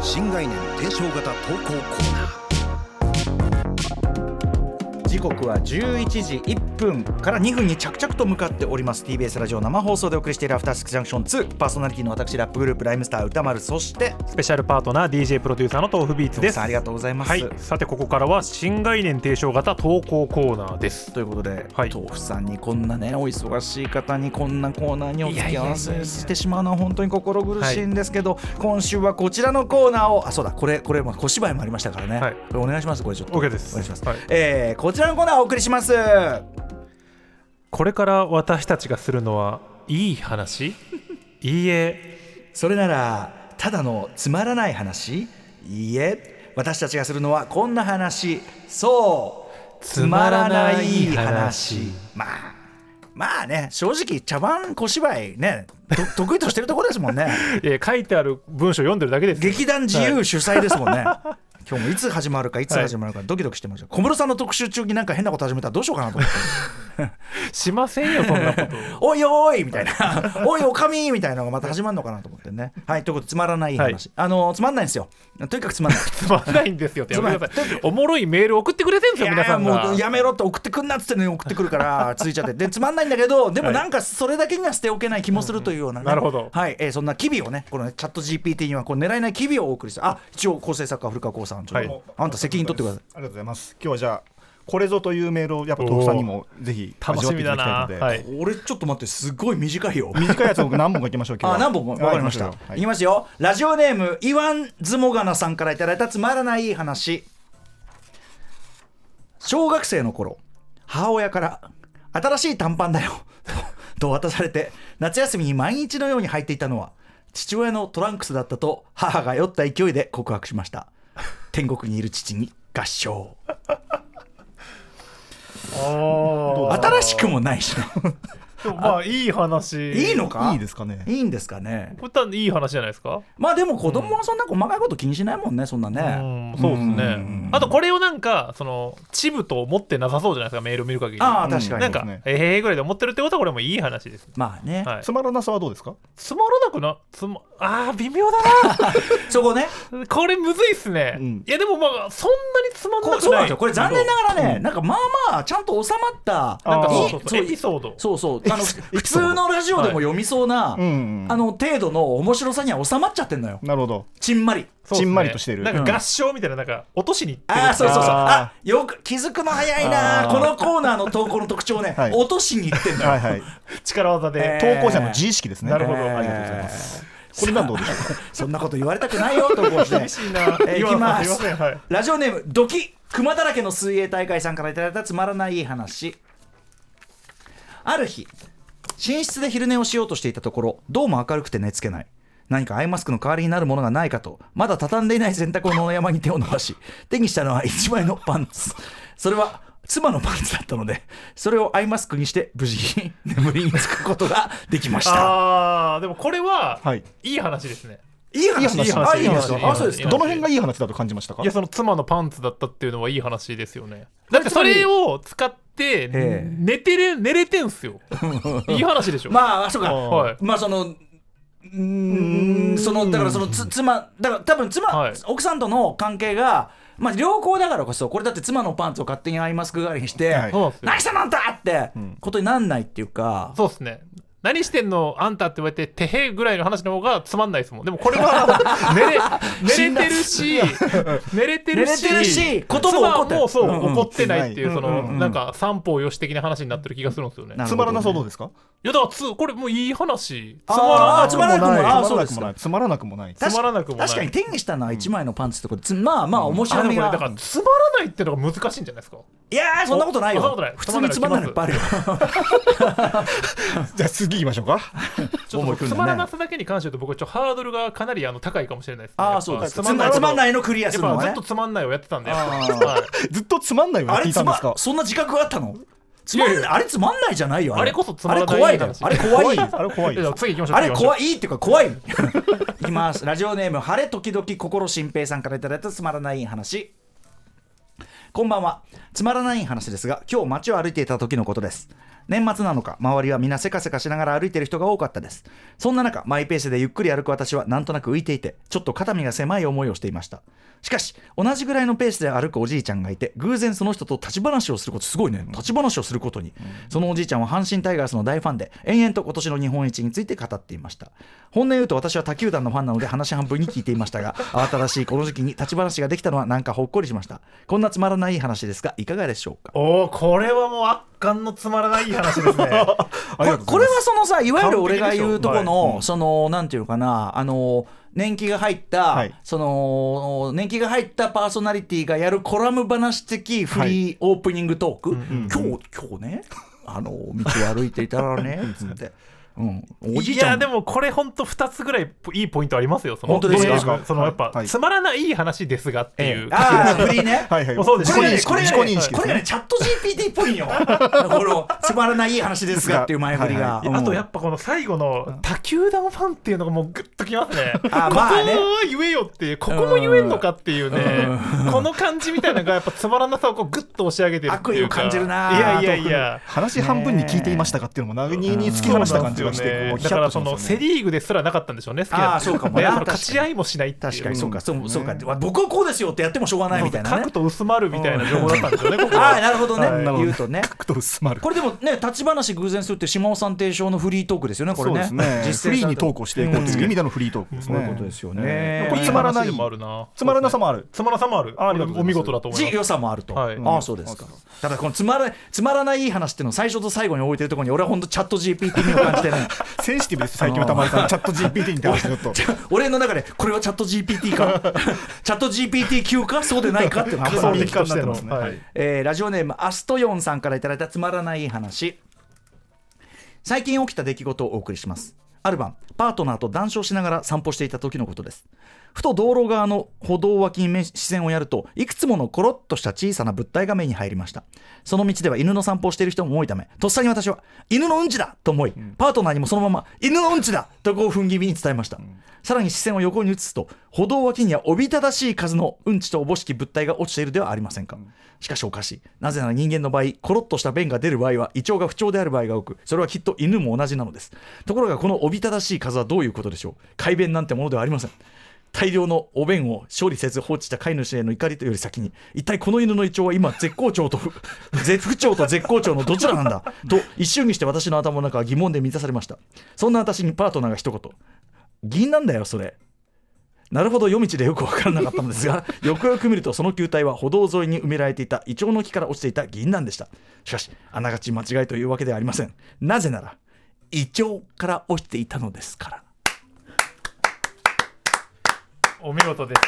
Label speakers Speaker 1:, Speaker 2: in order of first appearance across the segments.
Speaker 1: 新概念提唱型投稿コーナー
Speaker 2: 時刻は11時1分から2分に着々と向かっております TBS ラジオ生放送でお送りしている「アフターシックスジャンクション2」パーソナリティの私ラップグループライムスター歌丸そして
Speaker 3: スペシャルパートナー DJ プロデューサーの豆腐ビーツ
Speaker 2: で
Speaker 3: ですす
Speaker 2: ありがとうございます、
Speaker 3: はいさてここからは新概念提唱型投稿コーナーです
Speaker 2: ということで、
Speaker 3: はい
Speaker 2: 豆腐さんにこんなねお忙しい方にこんなコーナーにお付き合わ
Speaker 3: いやいやいやい
Speaker 2: せ
Speaker 3: や
Speaker 2: してしまうのは本当に心苦しいんですけど、今週はこちらのコーナーをあそうだこれこれまあ小芝居もありましたからね、
Speaker 3: はい
Speaker 2: これお願いしますこれちょっと
Speaker 3: OK で
Speaker 2: お
Speaker 3: す
Speaker 2: 願いします、
Speaker 3: はい
Speaker 2: えーこちらのコーナーをお送りしますは
Speaker 3: これから私たちがするのはいい話 いいえ
Speaker 2: それならただのつまらない話いいえ私たちがするのはこんな話そう
Speaker 3: つまらない話
Speaker 2: まあまあね正直茶番小芝居ねと 得意としてるところですもんね
Speaker 3: えー書いてある文章読んでるだけです
Speaker 2: 劇団自由主催ですも んね、今日もいつ始まるかいつ始まるかドキドキしてました、小室さんの特集中になんか変なこと始めたらどうしようかなと思って
Speaker 3: しませんよそんなこと
Speaker 2: おいおいみたいな、 おいおかみみたいなのがまた始まるのかなと思ってね。はい、ということで、つまらない話、
Speaker 3: はい
Speaker 2: あのつまんないんですよ。とにかくつまんない。
Speaker 3: つまんないんですよってやめてくださいおもろいメール送ってくれてるんですよ皆さん
Speaker 2: いやも
Speaker 3: が
Speaker 2: うやめろって送ってくんなっつってのに送ってくる からついちゃってでつまんないんだけどでもなんかそれだけには捨ておけない気もするというようなね、
Speaker 3: んなるほど
Speaker 2: はい、えーそんな機微をねこのねチャット GPT にはこう狙えない機微をお送りしてあ一応構成作家古川光さんちょっと、
Speaker 3: はい
Speaker 2: あんた責任取ってください
Speaker 4: ありがとうございます。今日はじゃあこれぞというメールをやっぱ豆腐さんにもぜひ
Speaker 3: 楽
Speaker 4: 味わ
Speaker 3: し
Speaker 4: って
Speaker 3: み
Speaker 4: いた
Speaker 3: だ
Speaker 4: だきた
Speaker 3: な
Speaker 4: いので、
Speaker 3: はい
Speaker 2: 俺ちょっと待ってすごい短いよ
Speaker 4: 短いやつを僕何本かいきましょう今日は。
Speaker 2: あ何本も分かりました、
Speaker 4: はいい、
Speaker 2: きますよラジオネームイワンズモガナさんからいただいたつまらない話小学生の頃母親から「新しい短パンだよ」 とと渡されて夏休みに毎日のように履いていたのは父親のトランクスだったと母が酔った勢いで告白しました天国にいる父に合唱新しくもないしね
Speaker 3: でもまあいい話
Speaker 2: いいのか
Speaker 4: いいですかね
Speaker 2: いいんですかね
Speaker 3: これ多分いい話じゃないですか
Speaker 2: まあでも子供はそんな細かいこと気にしないもんねそんなね、
Speaker 3: うんそうですねあとこれをなんかそのチブと思ってなさそうじゃないですかメールを見る限り
Speaker 2: ああ
Speaker 3: な
Speaker 2: 確かに、
Speaker 3: ん
Speaker 4: そう
Speaker 3: か
Speaker 4: ですね
Speaker 3: ええぐらいで思ってるってことはこれもいい話です
Speaker 2: まあね、
Speaker 3: はい
Speaker 4: つまらなさはどうですか？
Speaker 3: つまらなくなつまあー微妙だ
Speaker 2: そこね
Speaker 3: なこれむずいっすね、
Speaker 4: うん
Speaker 3: いやでもまあそんなにつまん
Speaker 2: こ
Speaker 3: な
Speaker 2: うそ
Speaker 3: く
Speaker 2: うなん
Speaker 3: な
Speaker 2: です
Speaker 3: い
Speaker 2: よこれ残念ながらね、なんかまあまあちゃんと収まった
Speaker 3: なんかそう
Speaker 2: いい
Speaker 3: そうそう
Speaker 2: そうそうそ
Speaker 3: エピソード
Speaker 2: うあの普通のラジオでも読みそうな、
Speaker 4: うんうんうん
Speaker 2: あの程度の面白さには収まっちゃってんのよ
Speaker 4: なるほど。
Speaker 2: ちんまり
Speaker 3: そうっすね
Speaker 4: ちんまりとしてる
Speaker 3: なんか合唱みたいななんか落としにいってる
Speaker 2: ああそうそうそうあ
Speaker 4: あ
Speaker 2: よく気づくの早いな
Speaker 4: あ
Speaker 2: こ
Speaker 4: ー
Speaker 2: のコーナーの投稿の特徴ね、
Speaker 4: はい
Speaker 2: 落としにいってんのよ、
Speaker 4: はいはい。
Speaker 3: 力技
Speaker 2: え
Speaker 3: で、
Speaker 2: ー
Speaker 4: 投稿者の自意識ですね。
Speaker 3: なるほど
Speaker 4: えーありがとうございます。これなんどうでしょうか？
Speaker 2: そんなこと言われたくないよ投稿して
Speaker 3: 厳しいな
Speaker 2: えーいきます
Speaker 3: 言わない言わないはい
Speaker 2: ラジオネームドキ熊だらけの水泳大会さんからいただいたつまらない話ある日寝室で昼寝をしようとしていたところどうも明るくて寝つけない何かアイマスクの代わりになるものがないかとまだ畳んでいない洗濯物の山に手を伸ばし手にしたのは一枚のパンツそれは妻のパンツだったのでそれをアイマスクにして無事に 眠りにつくことができました
Speaker 3: あーでもこれは、
Speaker 4: はいい、
Speaker 3: い話ですね
Speaker 2: いい話
Speaker 4: いい話
Speaker 2: あいいです
Speaker 3: いい
Speaker 2: か
Speaker 3: 話
Speaker 2: あそうです
Speaker 3: いい
Speaker 2: か
Speaker 3: 話
Speaker 4: どの辺がいい話だと感じましたか
Speaker 3: いや？その妻のパンツだったっていうのはいい話ですよねだってそれを使って
Speaker 2: え
Speaker 3: 寝てれ寝れて んすよいい話でしょ
Speaker 2: まあそうか
Speaker 3: はい
Speaker 2: まあそのうーんそのだからそのつ妻だから多分妻、
Speaker 3: はい
Speaker 2: 奥さんとの関係がまあ良好だからこそこれだって妻のパンツを勝手にアイマスク代わりにして「
Speaker 4: はい
Speaker 3: そうなんですよ
Speaker 2: 何してんのあんた!」ってことになんないっていうか、
Speaker 3: そうですね。何してんのあんたって言われて、てへぐらいの話の方がつまんないですもん。でもこれは 寝れ、寝れてるし、寝れてるし、
Speaker 2: 寝れてるしことも起こって
Speaker 3: 妻もそう、
Speaker 2: うんうん
Speaker 3: 怒ってないっていう、その、
Speaker 4: うん
Speaker 3: なんか三方よし的な話になってる気がするんですよね。い
Speaker 2: なるほど
Speaker 4: つまらなさはどうですか？
Speaker 3: や、だからつ、これもういい話。つ
Speaker 2: あー
Speaker 3: まら
Speaker 2: あーつまらなくもないあーそうですか
Speaker 4: つまらなくもない。つまら
Speaker 3: つまら
Speaker 4: なくもない。
Speaker 3: なくもない
Speaker 2: 確かに手にしたのは一枚のパンツってことつまあまあ面
Speaker 3: あ
Speaker 2: 白
Speaker 3: でも
Speaker 2: み
Speaker 3: これ
Speaker 2: が、
Speaker 3: だからつまらないってのが難しいんじゃないですか
Speaker 2: いやーそんなことない
Speaker 3: おそんな
Speaker 2: よ
Speaker 3: ことな
Speaker 2: 普通
Speaker 3: い
Speaker 2: につまんないのいっぱいあるよ
Speaker 4: じゃあ次行きましょうか。
Speaker 3: ちょ
Speaker 2: も
Speaker 3: っ
Speaker 2: う行く
Speaker 3: と
Speaker 2: んだね
Speaker 3: つまらなさだけに関して言うと僕はちょっとハードルがかなりあの高いかもしれないです、ね、
Speaker 2: あ
Speaker 3: や
Speaker 2: あ
Speaker 3: っぱ
Speaker 2: そうですつ
Speaker 3: つまんな
Speaker 2: ま
Speaker 3: い
Speaker 2: つまんないいのクリア
Speaker 3: や
Speaker 2: す
Speaker 3: っ
Speaker 2: るの
Speaker 3: ぱ
Speaker 2: は
Speaker 3: ずっ
Speaker 2: ね
Speaker 3: とつまんないをやってたんで、
Speaker 2: あー
Speaker 3: はい
Speaker 4: ずっとつまんないをや
Speaker 2: あ
Speaker 4: って
Speaker 2: れ
Speaker 4: いた
Speaker 2: つ
Speaker 4: んで
Speaker 2: ます
Speaker 4: か？
Speaker 2: そんな自覚があったのつまんないあれつまんないじゃないよ
Speaker 3: あれこそつま
Speaker 2: あ
Speaker 3: らな
Speaker 2: れ
Speaker 3: い
Speaker 2: 怖いだろ
Speaker 3: 話
Speaker 2: あれ怖いよ
Speaker 4: あれ怖い
Speaker 3: いや
Speaker 4: です
Speaker 3: でも。次行きましょう
Speaker 2: あれ怖
Speaker 3: い
Speaker 2: いっていうか怖いいきますラジオネーム晴れ時々心心平さんからいただいたつまらない話こんばんはつまらない話ですが今日街を歩いていた時のことです年末なのか周りは皆せかせかしながら歩いてる人が多かったですそんな中マイペースでゆっくり歩く私はなんとなく浮いていてちょっと肩身が狭い思いをしていましたしかし同じぐらいのペースで歩くおじいちゃんがいて偶然その人と立ち話をすることすごいね立ち話をすることに、そのおじいちゃんは阪神タイガースの大ファンで延々と今年の日本一について語っていました本音言うと私は他球団のファンなので話半分に聞いていましたが慌ただしいこの時期に立ち話ができたのはなんかほっこりしましたこんなつまらない話ですがいかがでしょうか
Speaker 4: おおこれはもう圧巻のつまらない話ですね
Speaker 2: これこれはそのさいわゆる俺が言うとこ
Speaker 4: 完璧でしょ
Speaker 2: の、
Speaker 4: はいうん
Speaker 2: そのなんていうかなあの年季が入った、
Speaker 4: はい
Speaker 2: その年季が入ったパーソナリティがやるコラム話的フリーオープニングトーク、今日今日ねあの道を歩いていたらねつって、うん、おじい
Speaker 3: い
Speaker 2: ちゃ
Speaker 3: や
Speaker 2: ん
Speaker 3: でもこれほんと2つぐらいいいポイントありますよその
Speaker 2: 本当ですか
Speaker 3: どういかその
Speaker 4: はい
Speaker 3: やっぱ、
Speaker 4: はい
Speaker 3: つまらないいい話ですがっていう、
Speaker 2: ああフリーね
Speaker 4: はいはい
Speaker 3: そうです
Speaker 2: これがね
Speaker 4: 自己
Speaker 2: これ
Speaker 4: 認識
Speaker 2: がね
Speaker 4: 自己認識ですね
Speaker 2: これがねチャット GPT っぽいんよこのつまらないいい話ですがっていう前振りが、
Speaker 4: は
Speaker 3: あとや
Speaker 2: ぱ
Speaker 3: っぱこの最後の他球団ファンっていうのがもうグッときますね。
Speaker 2: あまあね
Speaker 3: ここは言えよっていうここも言えんのかっていうね
Speaker 2: う
Speaker 3: この感じみたいなのがやっぱつまらなさをこうグッと押し上げてるって
Speaker 2: 悪
Speaker 3: いうか
Speaker 2: 意を感じるない
Speaker 3: やいやいや。
Speaker 4: 話半分に聞いていましたかっていうのも何に突き放した感じがし
Speaker 3: そう
Speaker 4: て
Speaker 3: なんですよ
Speaker 4: こう
Speaker 3: ねだからそのセ・リーグですらなかったんでしょうね好き
Speaker 2: あ
Speaker 3: な
Speaker 2: あそうかも
Speaker 3: ね
Speaker 2: な
Speaker 3: その勝ち合いもしないっていう
Speaker 2: 確かにそうか、
Speaker 4: う
Speaker 2: そ
Speaker 4: ん
Speaker 2: うそうかって僕はこうですよってやってもしょうがないみたいなね
Speaker 3: 書くと薄まるみたいな情報だったんでしょうねここは
Speaker 2: ああなるほどね、
Speaker 4: はい
Speaker 2: 言うとね
Speaker 4: 書くと薄まる
Speaker 2: これでもね立ち話偶然するって島尾さん提唱のフリートークですよねこれ
Speaker 4: そう
Speaker 2: ね
Speaker 4: ですね
Speaker 2: 実践
Speaker 4: フリー
Speaker 2: され
Speaker 4: に
Speaker 2: た
Speaker 4: トークをしていこうという意味でのフリートークです
Speaker 2: そういうこ
Speaker 4: ね
Speaker 2: とですよね、
Speaker 3: こ
Speaker 4: こ
Speaker 3: れ
Speaker 4: れ
Speaker 3: つ
Speaker 4: つ
Speaker 3: まら
Speaker 4: まら
Speaker 3: な
Speaker 4: ないい
Speaker 3: でもあるな
Speaker 4: つまらなさもある
Speaker 3: つまらなさもある
Speaker 4: ありがとうござ
Speaker 3: お
Speaker 4: います
Speaker 3: 見事だと思いま
Speaker 2: じ
Speaker 3: す
Speaker 2: 良さもあると、
Speaker 3: はい
Speaker 2: ああそうですかただこのつまらつまらないいい話っていうのを最初と最後に置いてるところに俺は本当チャット GPT にを感じてね
Speaker 4: センシティブです最近はたまりさんチャット GPT に対してちょっと
Speaker 2: 俺の中でこれはチャット GPT か チャット GPT 級かそうでないかっていうのがあんま
Speaker 3: そう
Speaker 2: り
Speaker 3: できたとしての
Speaker 4: 感想的になってます
Speaker 3: は
Speaker 4: ね
Speaker 3: い
Speaker 2: えーラジオネームアストヨンさんからいただいたつまらない話最近起きた出来事をお送りしますある晩パートナーと談笑しながら散歩していた時のことですふと道路側の歩道脇に目視線をやるといくつものコロッとした小さな物体が目に入りましたその道では犬の散歩をしている人も多いためとっさに私は犬のうんちだと思い、パートナーにもそのまま犬のうんちだとこう踏ん切りに伝えました、さらに視線を横に移すと歩道脇にはおびただしい数のうんちとおぼしき物体が落ちているではありませんか、しかしおかしいなぜなら人間の場合コロッとした便が出る場合は胃腸が不調である場合が多くそれはきっと犬も同じなのですところがこのおびただしい数はどういうことでしょう快便なんてものではありません大量のお便を処理せず放置した飼い主への怒りというより先に一体この犬の胃腸は今絶好調と 絶不調と絶好調のどちらなんだと一瞬にして私の頭の中は疑問で満たされましたそんな私にパートナーが一言銀なんだよそれなるほど夜道でよく分からなかったのです がよくよく見るとその球体は歩道沿いに埋められていたイチョウの木から落ちていた銀杏でしたしかしあながち間違いというわけではありませんなぜならイチョウから落ちていたのですから
Speaker 3: お見事です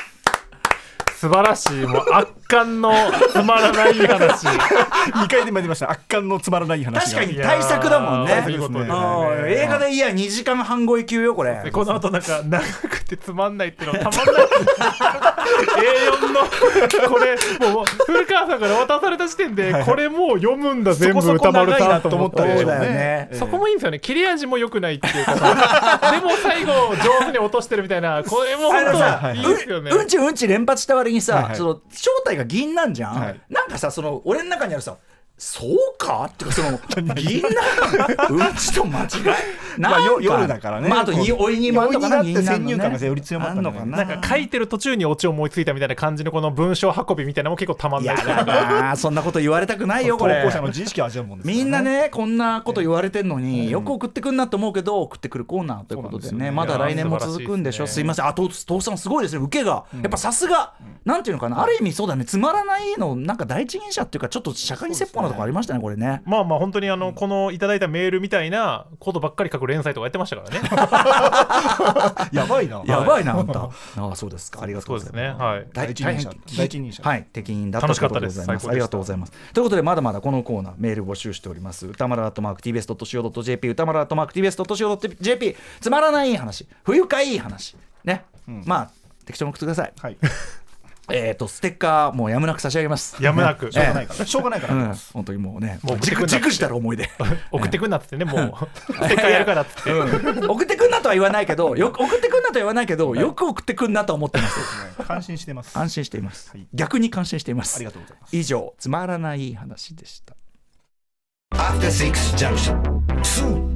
Speaker 3: 素晴らしいもう圧巻のつまらない話
Speaker 4: 2回で参りました圧巻のつまらない話
Speaker 2: 確
Speaker 4: が
Speaker 2: かに 対策だもん
Speaker 3: いや
Speaker 2: ね
Speaker 3: ー
Speaker 4: 対策ですね
Speaker 3: お見事
Speaker 4: は
Speaker 2: うん映画でいや2時間半超え級よこれ
Speaker 3: でこの後なんか長くてつまんないっていうのたまんない A4 のこれもう古川さんから渡された時点でこれもう読むんだ全部
Speaker 4: そこそこ
Speaker 3: 歌丸
Speaker 4: 長い
Speaker 3: さん
Speaker 4: な
Speaker 3: と
Speaker 4: と
Speaker 3: 思っ
Speaker 4: 思ったた
Speaker 3: で
Speaker 4: で
Speaker 3: し
Speaker 2: そ
Speaker 4: し
Speaker 2: う
Speaker 4: ょ
Speaker 3: ょ
Speaker 2: だよね
Speaker 3: そこもいいんですよね切れ味も良くないっていう かさでも最後上手に落としてるみたいなこれも
Speaker 2: あのさ、
Speaker 3: 本当いいですよね
Speaker 2: うんうんちうんち連発した割にさ、
Speaker 4: はいはい
Speaker 2: その正体が銀なんじゃん、
Speaker 4: はい
Speaker 2: なんかさその俺の中にあるさそうかっていうかその銀なんうんちと間違いなんか、
Speaker 4: まあよ夜だからね
Speaker 2: まあ、あとに
Speaker 4: こう
Speaker 2: おいにもあんのかな
Speaker 4: おいにがあ
Speaker 2: 銀
Speaker 4: って
Speaker 2: 杏のね
Speaker 4: 先入観がより強まったん
Speaker 2: あ
Speaker 4: だ
Speaker 2: ん
Speaker 4: ね
Speaker 2: のかな
Speaker 3: なんか書いてる途中にオチを思いついたみたいな感じのこの文章運びみたいなのも結構たまんない
Speaker 2: や
Speaker 3: ですよね
Speaker 2: だなあそんなこと言われたくないよ
Speaker 4: 投
Speaker 2: これ
Speaker 4: 稿者の自意識を味わうもんですから
Speaker 2: みんなねこんなこと言われてんのに、よく送ってくんなと思うけど送ってくるコーナーということで
Speaker 4: そうなんです
Speaker 2: ね
Speaker 4: よね
Speaker 2: まだ来年も続くんでしょ
Speaker 3: いやー
Speaker 2: すいませんあと父さんすごいですね受けが、やっぱさすが、なんていうのかなある意味そうだねつまらないのなんか第一人者っていうかちょっと釈迦に説法なとこありましたねこれね
Speaker 3: まあまあ本当にあの、このいただいたメールみたいなことばっかり書く連載とかやってましたからね。
Speaker 4: やばいな
Speaker 2: やばい なあんたああそうですかありがとう
Speaker 3: そう
Speaker 2: ご
Speaker 3: で
Speaker 2: ざい
Speaker 3: す
Speaker 2: ます
Speaker 3: ね。はい。
Speaker 4: 第一人者
Speaker 2: 大
Speaker 4: 第一人者
Speaker 2: はい、適任だった
Speaker 3: 楽しかった
Speaker 2: という
Speaker 3: で
Speaker 2: こと
Speaker 3: す
Speaker 2: ございます。
Speaker 3: 最高でした
Speaker 2: ありがとうございます。ということで、まだまだこのコーナー、メール募集しております。歌丸アートマーク TBS.CO.JP、歌丸アートマーク TBS.CO.JP、つまらないいい話、不愉快いい話、ね、まあ、適当に送ってください。
Speaker 4: はい
Speaker 2: えっ、と、ステッカー、もうやむなく差し上げます。
Speaker 3: やむなく、
Speaker 4: しょうがないからしょうがないか
Speaker 2: う
Speaker 4: ら
Speaker 2: ん、本当にもうね、
Speaker 3: もう送って
Speaker 2: じ
Speaker 3: くん
Speaker 2: く
Speaker 3: なって
Speaker 2: じくしたら思い出。
Speaker 3: 送ってくんなっつってね、もう、 世界やるからっつって。
Speaker 2: うん送ってくんなとは言わないけど、よく送ってくんなとは言わないけど、よく送ってくんなとは思ってます。
Speaker 4: 感心してます
Speaker 2: 安心しています、
Speaker 4: はい
Speaker 2: 逆に感心しています
Speaker 4: ありがとうございます
Speaker 2: 以上つまらない話でした
Speaker 1: After 96 junction. Soon.